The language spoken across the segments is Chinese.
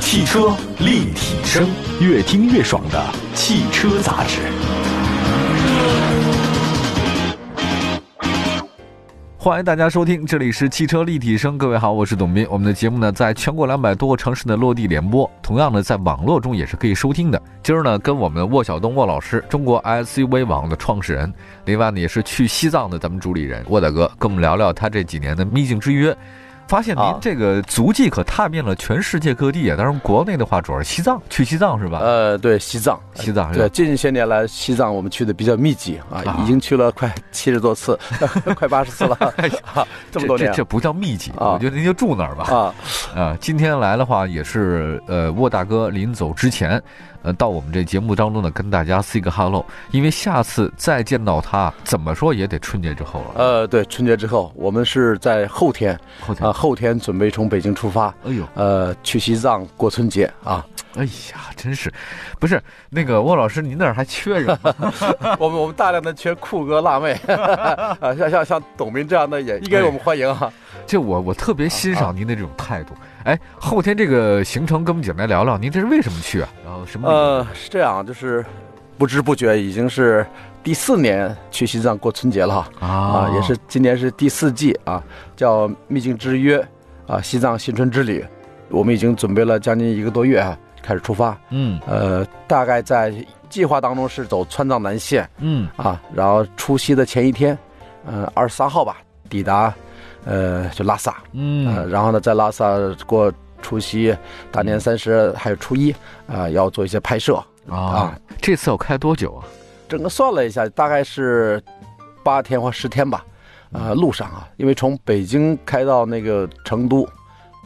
汽车立体声，越听越爽的汽车杂志。欢迎大家收听，这里是汽车立体声。各位好，我是董斌。我们的节目呢，在全国两百多个城市的落地联播，同样呢，在网络中也是可以收听的。今儿呢，跟我们沃晓东沃老师，中国 SUV 网的创始人，另外呢，也是去西藏的咱们主理人沃大哥，跟我们聊聊他这几年的秘境之约。发现您啊这个足迹可踏遍了全世界各地啊！当然，国内的话主要是西藏，去西藏是吧？呃，对，西藏，西藏是吧对，近些年来西藏我们去的比较密集哎啊啊，已经去了快七十多次， 快八十次了， 啊这么多年这这不叫密集，啊我觉得您就住那儿吧。啊，啊，今天来的话也是，呃，沃大哥临走之前，呃，到我们这节目当中呢，跟大家 say 个 hello，因为下次再见到他，怎么说也得春节之后了。呃，对，春节之后，我们是在后天后天，啊，后天准备从北京出发，哎呦，呃，去西藏过春节啊。哎呀，真是，不是那个沃老师，您那儿还缺人 吗？我们我们大量的缺酷哥辣妹， 啊，像像像董明这样的也应该我们欢迎啊。这我我特别欣赏您的这种态度。哎，后天这个行程跟我们简单聊聊，您这是为什么去啊？然后什么理由？呃，是这样，就是不知不觉已经是第四年去西藏过春节了哈。啊，哦也是今年是第四季啊，叫《秘境之约》啊，西藏新春之旅，我们已经准备了将近一个多月啊，开始出发。嗯呃，大概在计划当中是走川藏南线嗯，啊，然后除夕的前一天，呃，二十三号吧，抵达，呃，就拉萨，呃，嗯，然后呢，在拉萨过除夕、大年三十还有初一啊、要做一些拍摄啊啊，，这次要开多久啊？整个算了一下，大概是八天或十天吧。呃，路上啊，因为从北京开到那个成都，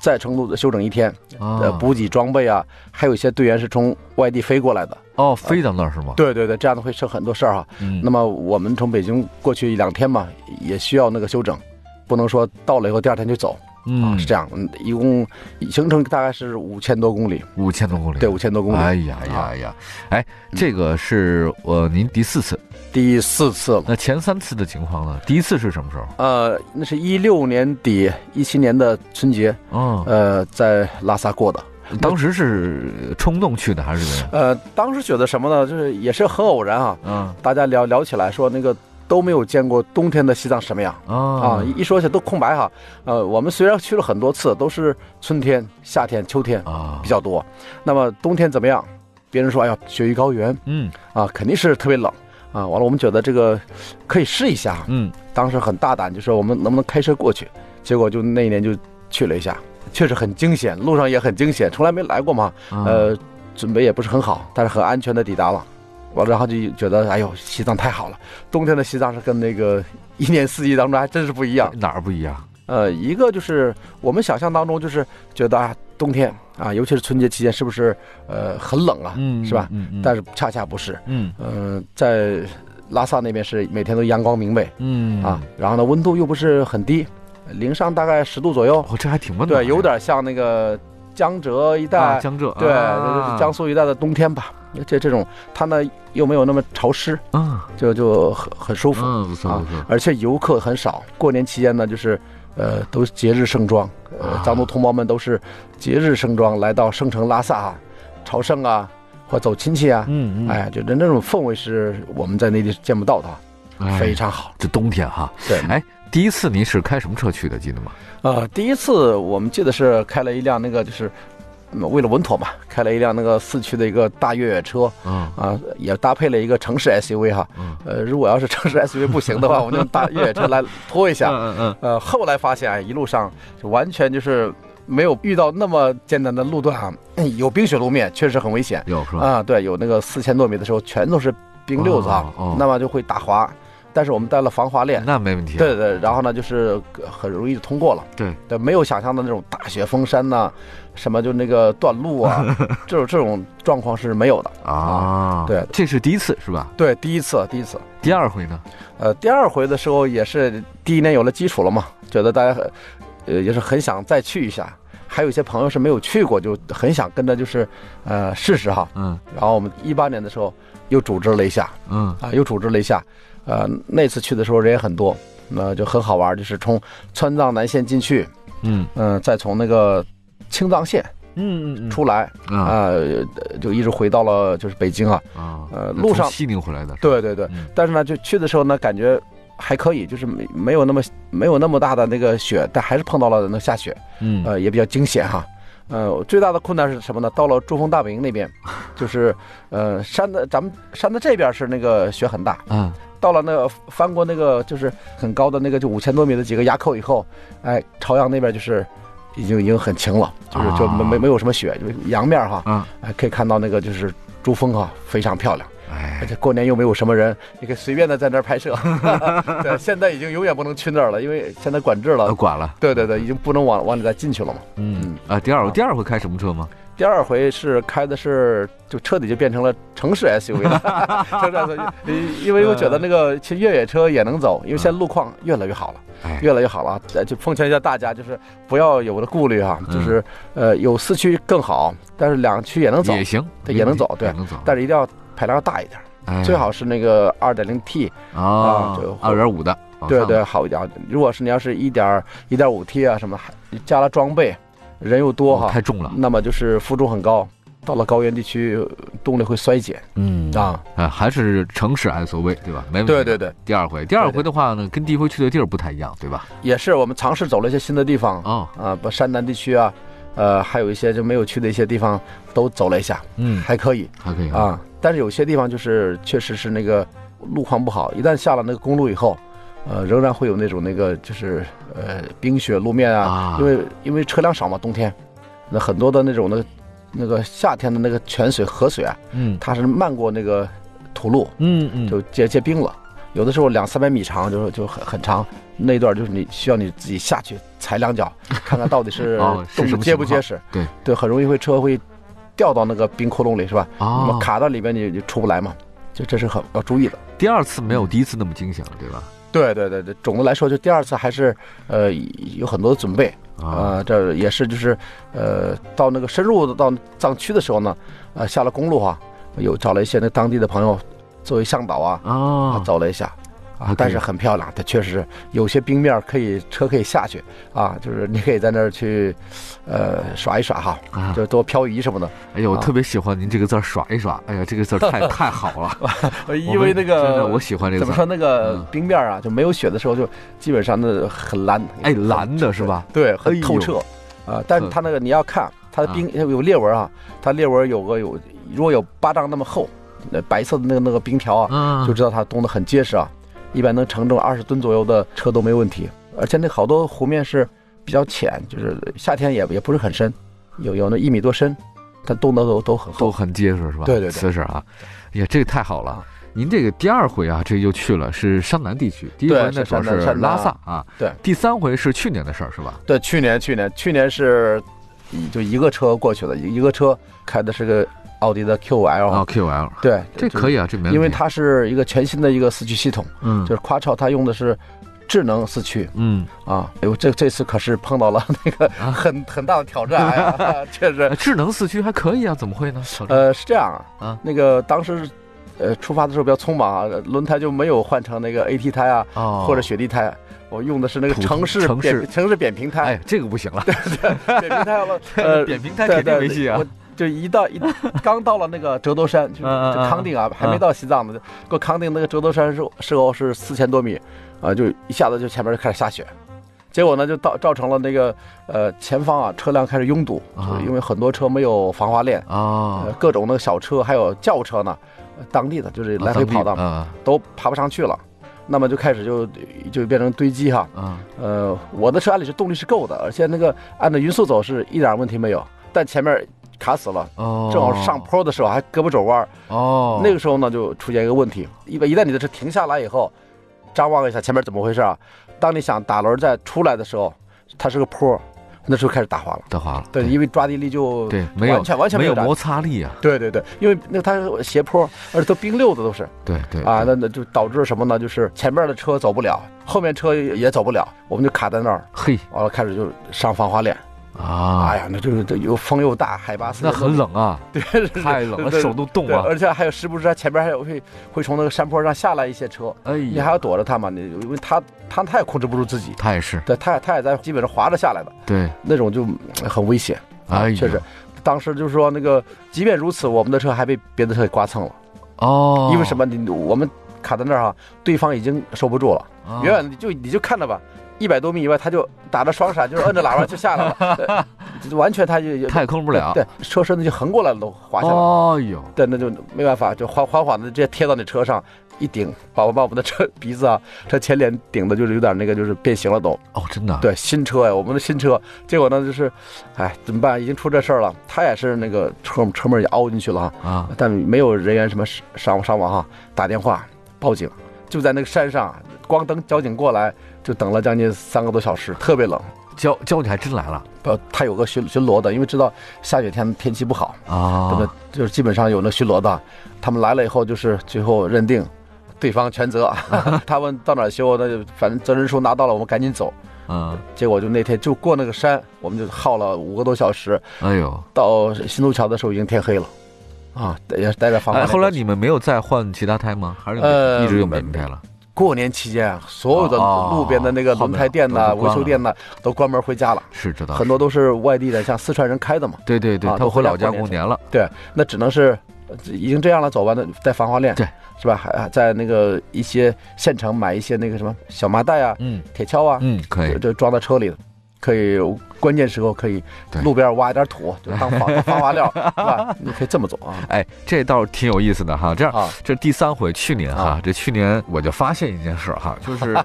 在成都休整一天，呃，啊，补给装备啊，还有一些队员是从外地飞过来的。哦，飞到那儿是吗？对对对，这样的会省很多事儿、啊、嗯那么我们从北京过去一两天嘛，也需要那个休整，不能说到了以后第二天就走啊，嗯是这样。嗯一共行程大概是五千多公里，五千多公里，对，五千多公里，啊哎呀呀呀！哎，这个是呃您第四嗯次，第四次了。那前三次的情况呢？第一次是什么时候？呃，那是一六年底一七年的春节，嗯，呃，在拉萨过的。当时是冲动去的还是怎么样？呃，当时觉得什么呢？就是也是很偶然啊，嗯大家聊聊起来说那个都没有见过冬天的西藏什么样啊，啊一一说起来都空白哈。呃，我们虽然去了很多次，都是春天、夏天、秋天啊比，较多，那么冬天怎么样？别人说，哎呀，雪域高原嗯啊，肯定是特别冷啊。完了，我们觉得这个可以试一下，嗯，当时很大胆，就说我们能不能开车过去？结果就那一年就去了一下，确实很惊险，路上也很惊险，从来没来过嘛。啊呃，准备也不是很好，但是很安全的抵达了。完了，然后就觉得，哎呦，西藏太好了！冬天的西藏是跟那个一年四季当中还真是不一样。哪儿不一样？ 呃，一个就是我们想象当中就是觉得啊，冬天啊，尤其是春节期间，是不是呃很冷啊？嗯，是吧？嗯嗯，但是是恰恰不是。嗯嗯、在拉萨那边是每天都阳光明媚嗯啊，，然后呢，温度又不是很低，零上大概十度左右，哦，这还挺温暖的，对，有点像那个江浙一带、啊江浙，对，啊就是江苏一带的冬天吧。这这种它呢又没有那么潮湿，嗯就就很很舒服，嗯，不错啊不错，而且游客很少。过年期间呢，就是呃都节日盛装，呃啊，藏族同胞们都是节日盛装来到圣城拉萨、啊、朝圣啊，或走亲戚啊。嗯嗯，哎，就那种氛围是我们在内地是见不到的啊，哎非常好。这冬天哈，对，哎，第一次您是开什么车去的？记得吗？呃，第一次我们记得是开了一辆那个就是。嗯为了稳妥嘛，开了一辆那个四驱的一个大越野车嗯啊，也搭配了一个城市 SUV 哈，嗯，呃，如果要是城市 SUV 不行的 话，我们就搭越野车来拖一下。嗯嗯呃，后来发现啊，一路上就完全就是没有遇到那么艰难的路段啊， 嗯有冰雪路面，确实很危险有是吧？啊。对，有那个四千多米的时候，全都是冰溜子啊，哦哦那么就会打滑。但是我们带了防滑链，那没问题啊，对对，然后呢，就是很容易就通过了。对对，没有想象的那种大雪封山呐、什么就那个断 路啊，这种这种状况是没有的。啊，对这是第一次是吧？对，第一次，第一次。第二回呢？呃，第二回的时候也是第一年有了基础了嘛，觉得大家很呃也是很想再去一下，还有一些朋友是没有去过，就很想跟着就是呃试试哈。嗯然后我们一八年的时候又组织了一下嗯啊，又组织了一下，呃那次去的时候人也很多，那、就很好玩，就是从川藏南线进去，嗯嗯、再从那个青藏线嗯嗯嗯，出来啊啊、就一直回到了就是北京啊。啊，呃路上从西宁回来的，是吧，对对对，嗯但是呢，就去的时候呢，感觉还可以，就是没没有那么没有那么大的那个雪，但还是碰到了那下雪，嗯呃，也比较惊险哈。呃，最大的困难是什么呢？到了珠峰大本营那边，就是呃山的咱们山的这边是那个雪很大，啊到了那个翻过那个就是很高的那个就五千多米的几个垭口以后，哎，朝阳那边就是已经已经很晴了，就是就没没没有什么雪，就是阳面哈，啊，哎可以看到那个就是珠峰哈，非常漂亮。而哎，且过年又没有什么人，你可以随便的在那儿拍摄。 对，现在已经永远不能去那儿了，因为现在管制呃了。管了，对对对，已经不能往往里再进去了嘛。嗯啊，第二第二回开什么车吗？第二回是开的是就彻底就变成了城市 SUV 了， 城市 SUV，因为我觉得那个其实越野车也能走，因为现在路况越来越好了，哎，越来越好了啊。呃就奉劝一下大家，就是不要有的顾虑啊，嗯就是呃有四驱更好，但是两驱也能走，也行，对也能走对也能走，但是一定要排量大一点，哎最好是那个二点零 T 啊啊就，二点五的，往对上对，好一点。如果是你要是一点一点五 T 啊什么，还加了装备，人又多哦哈，太重了，那么就是负重很高，到了高原地区动力会衰减嗯啊。啊，还是城市 SUV 对吧？没问题。对对。对，第二回，第二回的话呢，跟第一回去的地儿不太一样，对吧？也是我们尝试走了一些新的地方哦，啊，把山南地区啊，呃，还有一些就没有去的一些地方都走了一下，嗯，还可以还可以啊。啊。但是有些地方就是确实是那个路况不好，一旦下了那个公路以后。呃，仍然会有那种那个就是呃冰雪路面啊，啊，因为因为车辆少嘛，冬天，那很多的那种的，那个夏天的那个泉水、河水啊，嗯它是漫过那个土路，嗯嗯，就结结冰了。有的时候两三百米长，就是就很很长，那一段就是你需要你自己下去踩两 脚，看看到底是哦是冻什得么结不情况结实。对对，很容易会车会掉到那个冰窟窿里，是吧？那啊么，卡到里边你就出不来嘛，就这是很要注意的。第二次没有第一次那么惊险了，对吧？对对对对，总的来说，就第二次还是呃有很多准备，啊，啊，这也是就是，呃，到那个深入到藏区的时候呢，呃，下了公路啊，有找了一些那当地的朋友作为向导啊，啊啊，走了一下。还可啊以，但是很漂亮，它确实是有些冰面儿可以车可以下去啊，就是你可以在那儿去，呃，耍一耍哈，啊就多漂移什么的。哎呦，我啊特别喜欢您这个字儿，耍一耍。哎呀，这个字儿 太太好了，呃因为那真个的我喜欢啊这个怎字么说儿。那个嗯冰面儿啊，就没有雪的时候就基本上那很蓝，哎，蓝的是吧？对，哎很呦嗯透彻啊、但是它那个你要看它的冰有裂纹啊，它裂纹有个有如果有巴掌那么厚，那白色的那个那个冰条啊，嗯就，知道它冻得很结实啊。一般能承重二十吨左右的车都没问题，而且那好多湖面是比较浅，就是夏天也也不是很深，有有那一米多深，它冻得都都很都厚。很结实是吧？对对对瓷实啊。哎呀，这个太好了。您这个第二回啊，这又去了是山南地区，第一回对呢是主要山南是山南拉萨啊，对，第三回是去年的事儿是吧？对，去年去年去年是一就一个车过去了，一一个车开的是个奥迪的 Q5L，、啊，QL，对，这可以，以啊，这没问题。哦因为它是一个全新的一个四驱系统。嗯就是 Quattro 它用的是智能四驱嗯，啊，哎呦，这这次可是碰到了那个啊很很大的挑战 呀，确实呃，智能四驱还可以啊，怎么会呢？小刘呃，是这样啊啊，那个当时呃出发的时候比较匆忙啊，轮胎就没有换成那个 AT 胎啊哦，或者雪地胎，我用的是那个普通城市城市扁城市扁平哎胎，，这个不行了，扁平胎 了， 呃，扁平胎肯定没戏啊对。对我就 一到一刚到了那个折头山，就是嗯嗯嗯就康定啊，还没到西藏呢。就过康定那个折头山是是哦是四千多米，啊，就一下子就前面就开始下雪，结果呢就造造成了那个呃前方啊车辆开始拥堵，啊就是因为很多车没有防滑链，呃哦，各种那个小车还有轿车呢，呃当地的就是来回跑的道啊都爬不上去了，那么就开始就就变成堆积哈，啊呃，我的车按理是动力是够的，而且那个按照匀速走是一点问题没有，但前面卡死了，哦，正好上坡的时候还胳膊肘弯儿，哦，那个时候呢就出现一个问题，一般一旦你的车停下来以后，张望一下前面怎么回事啊？当你想打轮再出来的时候，它是个坡儿，那时候开始打滑了。打滑了，对，因为抓地力就对，没有完全完全没没有有打摩擦力啊，对对对，因为那它是斜坡，而且都冰溜子都是。对对啊，对那那就导致什么呢？就是前面的车走不了，后面车也也走不了，我们就卡在那儿，嘿完了开始就上防滑链。啊哎，呀，那这个这又风又大，海拔四那很冷，冷啊，对， 太冷了，对手都冻啊对，了，而且还有时不时还前边还有会会从那个山坡上下来一些车，哎你还呀，要躲着他嘛？你因为他他他也控制不住自己，他也是对，他也他也在基本上滑着下来的对，那种就嗯很危险哎呀，啊确实，当时就是说那个，即便如此，我们的车还被别的车给刮蹭了，哦，因为什么？你我们卡在那儿哈、对方已经受不住了，啊？远远你就你就看着吧。一百多米以外，他就打着双闪，就是摁着喇叭就下来 了呃，这完全他就他也控制不了，对，车身子就横过来了，都滑下来了。哦呦，对，那就没办法，就缓缓缓的直接贴到那车上，一顶，把我把我们的车鼻子啊，车前脸顶的，就是有点那个，就是变形了都。哦，真的，，对，新车呀，我们的新车，结果呢就是，哎，怎么办？已经出这事儿了，他也是那个车车门也凹进去了哈，啊，但没有人员什么伤伤亡哈，打电话报警，就在那个山上，光等交警过来就等了将近三个多小时，特别冷。交交警还真来了呃，他有个巡巡逻的，因为知道下雪天天气不好，他们啊，就是基本上有那巡逻的，他们来了以后就是最后认定对方 全责，他们到哪儿修，那就反正责任书拿到了，我们赶紧走。嗯，结果就那天就过那个山，我们就耗了五个多小时，哎呦，到新路桥的时候已经天黑了，啊，也待在房哎，间。后来你们没有再换其他胎吗？还是有呃一直用免提胎了？过年期间啊，所有的哦路边的那个轮胎店呐、后面都维修店呐，都关门回家了，是知道，很多都是外地的，像四川人开的嘛，对对对，啊他都回回老老家家过过年了，对，那只能是。呃已经这样了，走吧，那带防滑链，对，是吧？还还在那个一些县城买一些那个什么小麻袋啊、嗯铁锹啊，嗯，可以就，就装到车里，可以关键时候可以对路边挖一点土，就当防 当防滑料，是吧？你可以这么走啊哎，这倒是挺有意思的哈，这样。啊！这第三回，去年哈啊，这去年我就发现一件事儿哈， 就是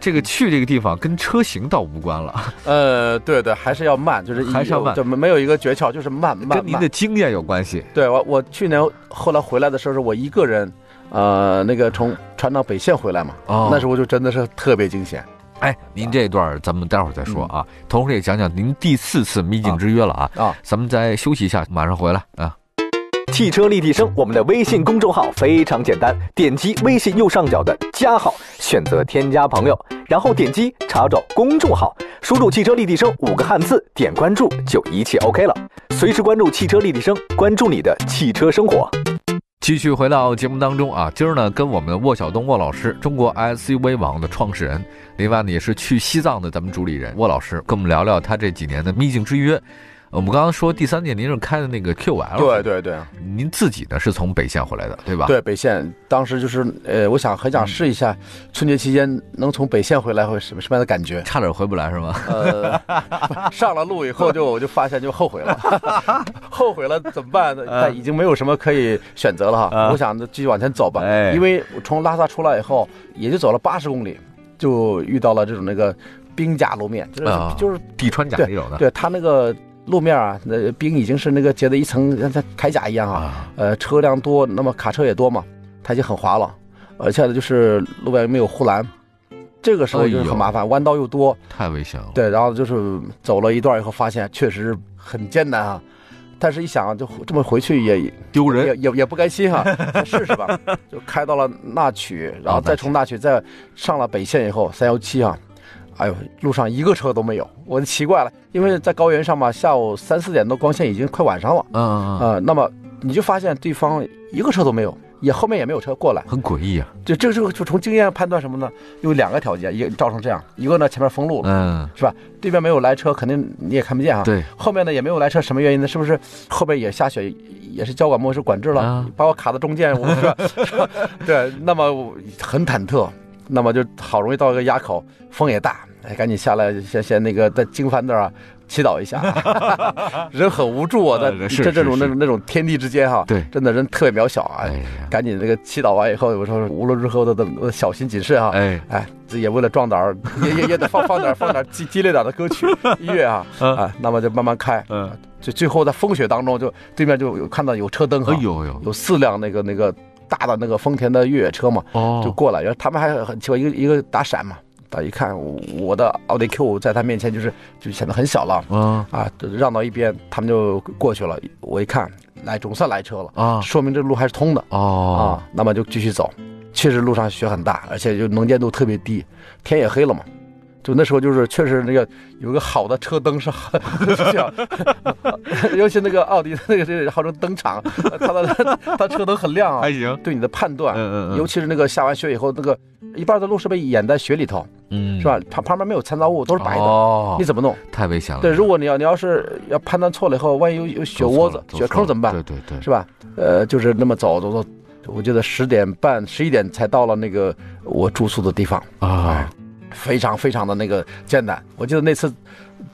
这个去这个地方跟车型倒无关了，呃，对对，还是要慢，就是还是要慢就没没有一个诀窍，就是慢慢跟您慢的。经验有关系。对我，我去年后来回来的时候，是我一个人，呃，那个从川藏北线回来嘛，哦那时候就真的是特别惊险。哎，啊您这一段儿咱们待会儿再说啊，同时也讲讲您第四次秘境之约了啊。嗯啊咱们再休息一下，马上回来啊。汽车立体声，我们的微信公众号非常简单，点击微信右上角的加号，选择添加朋友，然后点击查找公众号，输入“汽车立体声”五个汉字，点关注就一切 OK 了。随时关注汽车立体声，关注你的汽车生活。继续回到节目当中啊，今儿呢跟我们沃晓东沃老师，中国 SUV 网的创始人，另外呢也是去西藏的咱们主理人沃老师，跟我们聊聊他这几年的秘境之约。呃我们刚刚说第三届您是开的那个 QL，对，对对您自己呢是从北线回来的，对吧？， 对，北线当时就是呃，我想很想试一下春节期间能从北线回来会什么什么样的感觉。差点回不来是吗？呃， 上了路以后就我就发现就后 悔了，后悔了怎么办呢？但已经没有什么可以选择了啊哈。我想着继续往前走吧哎，因为我从拉萨出来以后也就走了八十公里，就遇到了这种那个冰甲路面，就是啊就是地穿甲那种的，对它那个路面啊，那冰已经是那个结的一层像像铠甲一样啊。啊，呃，车辆多，那么卡车也多嘛，它已经很滑了，而且呢就是路边没有护栏，这个时候就哎呦是很麻烦，弯道又多，太危险了。对，然后就是走了一段以后，发现确实很艰难啊。但是，一想就这么回去也丢人也也也不甘心哈、再试试吧。就开到了那曲，然后再从那曲再上了北线以后，三幺七啊，哎呦，路上一个车都没有，我就奇怪了，因为在高原上嘛，下午三四点多光线已经快晚上了。嗯嗯，嗯啊、那么你就发现对方一个车都没有，也后面也没有车过来，很诡异啊。就这个时候就从经验判断什么呢？有两个条件，一个造成这样，一个呢前面封路了，嗯，是吧？对面没有来车，肯定你也看不见啊。对，后面呢也没有来车，什么原因呢？是不是后边也下雪，也是交管部是管制了，啊把我卡在中间，我是吧？ 对，那么我很忐忑，那么就好容易到一个垭口，风也大，哎，赶紧下来，先先那个在经幡那儿啊。祈祷一下， 人很无助啊，在呃是这这种是那是种那种天地之间哈，对真的人特别渺小啊哎。呀，赶紧这个祈祷完以后，我说无论如何都得都得小心谨慎啊。哎，哎，这也为了壮胆儿，也也也得放放点儿放点儿激激烈点儿的歌曲音乐啊 嗯啊，那么就慢慢开，嗯，最最后在风雪当中就，对面就有看到有车灯哈哎，呦呦，有四辆那个那个大的那个丰田的越野车嘛，哦，就过来，然后他们还很奇怪，一个一个打闪嘛，打一看我我的奥迪 Q 在他面前就是就显得很小了啊啊，就让到一边，他们就过去了，我一看来总算来车了，啊说明这路还是通的。哦，啊，那么就继续走。确实路上雪很大，而且就能见度特别低，天也黑了嘛。就那时候就是确实那个有个好 的车灯是很是这样，尤其那个奥迪的那个这个号称灯厂，它的它车灯很亮啊，行，对你的判断，哎嗯嗯嗯尤其是那个下完雪以后，那个一半的路是被掩在雪里头，嗯，是吧？旁旁边没有参照物，都是白的，哦你，怎么弄？太危险了。对，如果你要你要是要判断错了以后，万一有有血走错窝了子、走血错了坑怎么办？对对对，是吧？呃，就是那么走走走，我记得十点半、十一点才到了那个我住宿的地方，哎啊，非常非常的那个艰难。我记得那次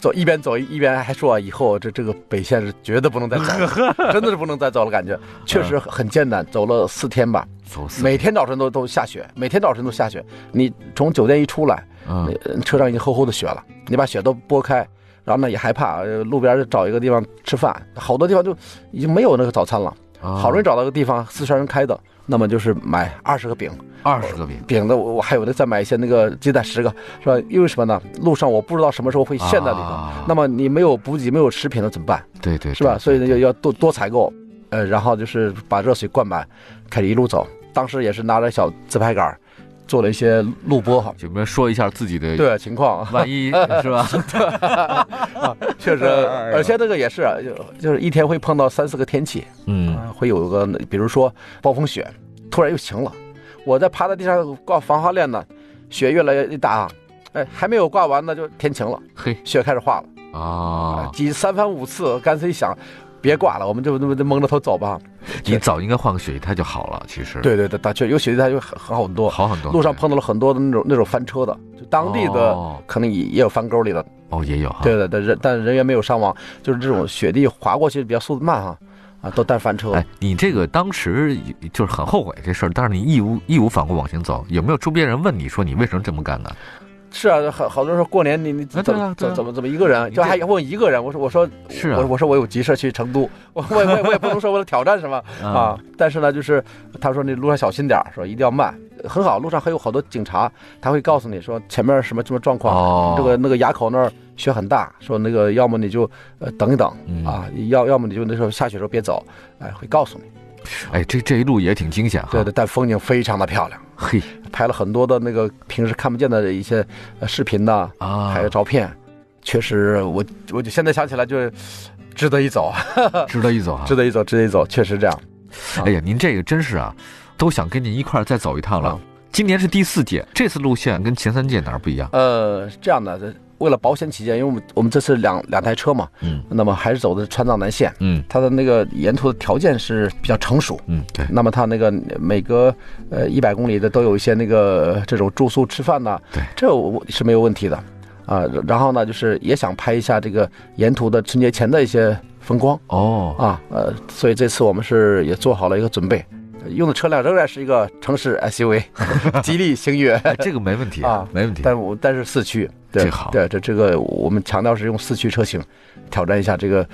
走一边走一边还说、啊，以后这这个北线是绝对不能再走了，真的是不能再走了，感觉确实很艰难，走了四天吧，走死每天早晨都都下雪，每天早晨都下雪。你从酒店一出来，嗯呃车上已经厚厚的雪了，你把雪都拨开。然后呢，也害怕，呃路边找一个地方吃饭，好多地方就已经没有那个早餐了。好容易易找到个地方，四川人开的，那么就是买二十个饼，二十个饼，饼的我我还有的再买一些那个鸡蛋十个，是吧？因为什么呢？路上我不知道什么时候会陷在里头，啊那么你没有补给，没有食品了怎么办？对对是吧？对所以对呢要要多多采购，呃，然后就是把热水灌满，开始一路走。当时也是拿着小自拍杆儿，做了一些录播哈，有没有说一下自己的对情况，万 一是吧？确实，哎而且这个也是啊，就就是一天会碰到三四个天气，嗯，啊，会有个，比如说暴风雪，突然又晴了，我在趴在地上挂防滑链呢，雪越来越大，哎，还没有挂完呢，就天晴了，嘿雪开始化了，啊，几三番五次，干脆一想，别挂了，我们就那么蒙着头走吧。你早应该换个雪地胎就好了，其实，对对对，的确有雪地它就很很好很多，好很多。路上碰到了很多的那种那种翻车的，就当地的。哦可能也也有翻沟里的，哦也有哈，对对对，人但人员没有伤亡，就是这种雪地滑过去比较速度慢哈，啊，都带翻车。哎，你这个当时就是很后悔这事儿，但是你义无义无反顾往前走，有没有周边人问你说你为什么这么干呢？是啊，好好多人说过年你你啊怎对啊么对啊怎么怎么怎么一个人，你就这还问一个人，我说我说是啊我我说我有急事去成都， 我我也我也我也不能说为了挑战什么嗯啊，但是呢，就是他说你路上小心点儿，说一定要慢，很好，路上还有好多警察，他会告诉你说前面什么什么状况，哦，这个那个垭口那儿雪很大，说那个要么你就呃等一等嗯啊，要要么你就那时候下雪的时候别走，哎，会告诉你。哎，这这一路也挺惊险哈。对对，，但风景非常的漂亮，嘿拍了很多的那个平时看不见的一些呃视频呐、啊还，有照片，确实我我就现在想起来就是值得一走，啊值得一走哈值。得一走，值得一走，确实这样。哎呀，您这个真是啊，都想跟您一块儿再走一趟了嗯。今年是第四届，这次路线跟前三届哪儿不一样？呃，是这样的，这为了保险起见，因为我们我们这次两两台车嘛，嗯那么还是走的川藏南线，嗯它的那个沿途的条件是比较成熟。嗯，对，那么它那个每隔呃一百公里的都有一些那个呃这种住宿吃饭呐、对这我是没有问题的啊。然后呢，就是也想拍一下这个沿途的春节前的一些风光，哦，啊，呃，所以这次我们是也做好了一个准备，呃用的车辆仍然是一个城市 SUV，吉利星越，哎这个没问题啊没问题。但我但是四驱，对这好对，这这个我们强调是用四驱车型，挑战一下这个，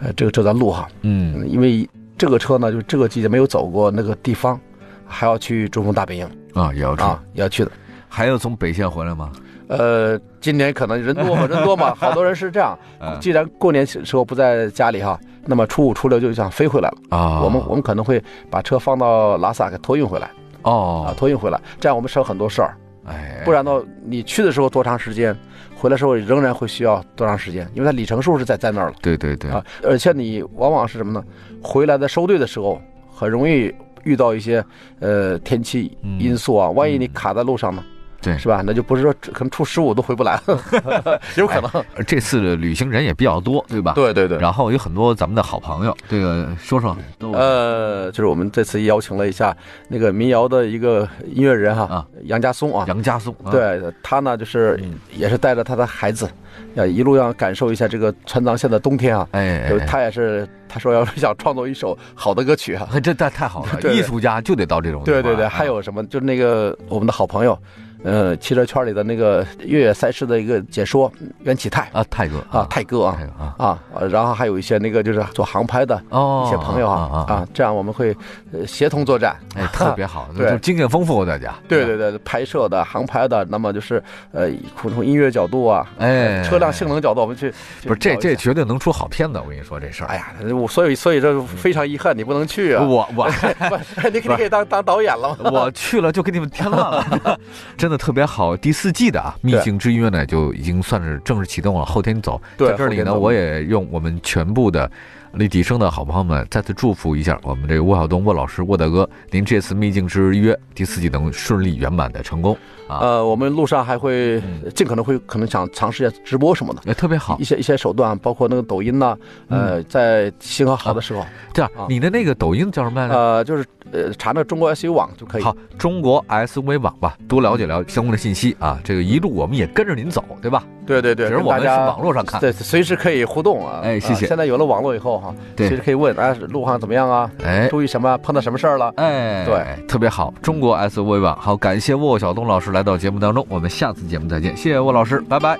呃，这个这段路哈，嗯，嗯因为这个车呢，就这个季节没有走过那个地方，还要去珠峰大本营啊，也要出。啊，也要去的。还有从北线回来吗？呃，今年可能人多嘛，人 多嘛，好多人是这样。嗯既然过年时候不在家里哈，那么初五、初六就想飞回来了。啊，我们我们可能会把车放到拉萨给托运回来啊，哦，托运回来，这样我们省很多事儿。哎，啊不然呢，你去的时候多长时间，回来时候仍然会需要多长时间，因为它里程数是在在那儿了对对对，啊。而且你往往是什么呢？回来的收队的时候，很容易遇到一些呃天气嗯因素啊，万一你嗯卡在路上呢？对是吧？那就不是说可能初十五都回不来 了，有可能。而这次的旅行人也比较多，哎对吧？。对对对。然后有很多咱们的好朋友，这个说说都 呃，就是我们这次邀请了一下那个民谣的一个音乐人哈，啊杨家松啊，杨家松，啊，对他呢，就是嗯也是带着他的孩子，要一路要感受一下这个川藏线的冬天啊。哎，就哎他也是，他说要是想创作一首好的歌曲啊。哎这太太好了，对对艺术家就得到这种地对方对对，啊还有什么？就是那个我们的好朋友，呃，汽车圈里的那个越野赛事的一个解说袁启泰啊，泰哥啊，泰哥啊泰哥啊，啊，然后还有一些那个就是做航拍的哦，一些朋友啊啊，啊，这样我们会呃协同作战。哎，特别好，对就经验丰富，大家，对对对，拍摄的、航拍的，那么就是呃，从音乐角度啊，哎，车辆性能角度，我们去不是这去聊一这下绝对能出好片子，我跟你说这事儿，哎呀，我所以所以这非常遗憾，你不能去 啊！我我 不，你可以你可以当当导演了嘛。我去了就给你们添乱了，真的的特别好，第四季的啊《秘境之约》呢就已经算是正式启动了，后天走。对在这里后天呢，走我也用我们全部的立体声的好朋友们再次祝福一下我们这个沃晓东沃老师沃大哥，您这次《秘境之约》第四季能顺利圆满的成功，啊呃，我们路上还会嗯尽可能会可能想尝试一下直播什么的，也哎特别好嗯一。些一些手段，包括那个抖音呐、呃，在信号好的时候，这样啊，你的那个抖音叫什么来着？呃，就是呃查那个中国 SU 网就可以。好，中国 SUV 网吧多了解了解相关的信息啊，这个一路我们也跟着您走，对吧？对对对，只是跟我大们是家网络上看，对随时可以互动啊。哎谢谢啊现在有了网络以后哈，对随时可以问啊，路上怎么样啊？哎。注意什么？碰到什么事儿了？哎，对，特别好，中国 SUV 网好，感谢沃晓东老师来到节目当中，我们下次节目再见，谢谢沃老师，拜拜。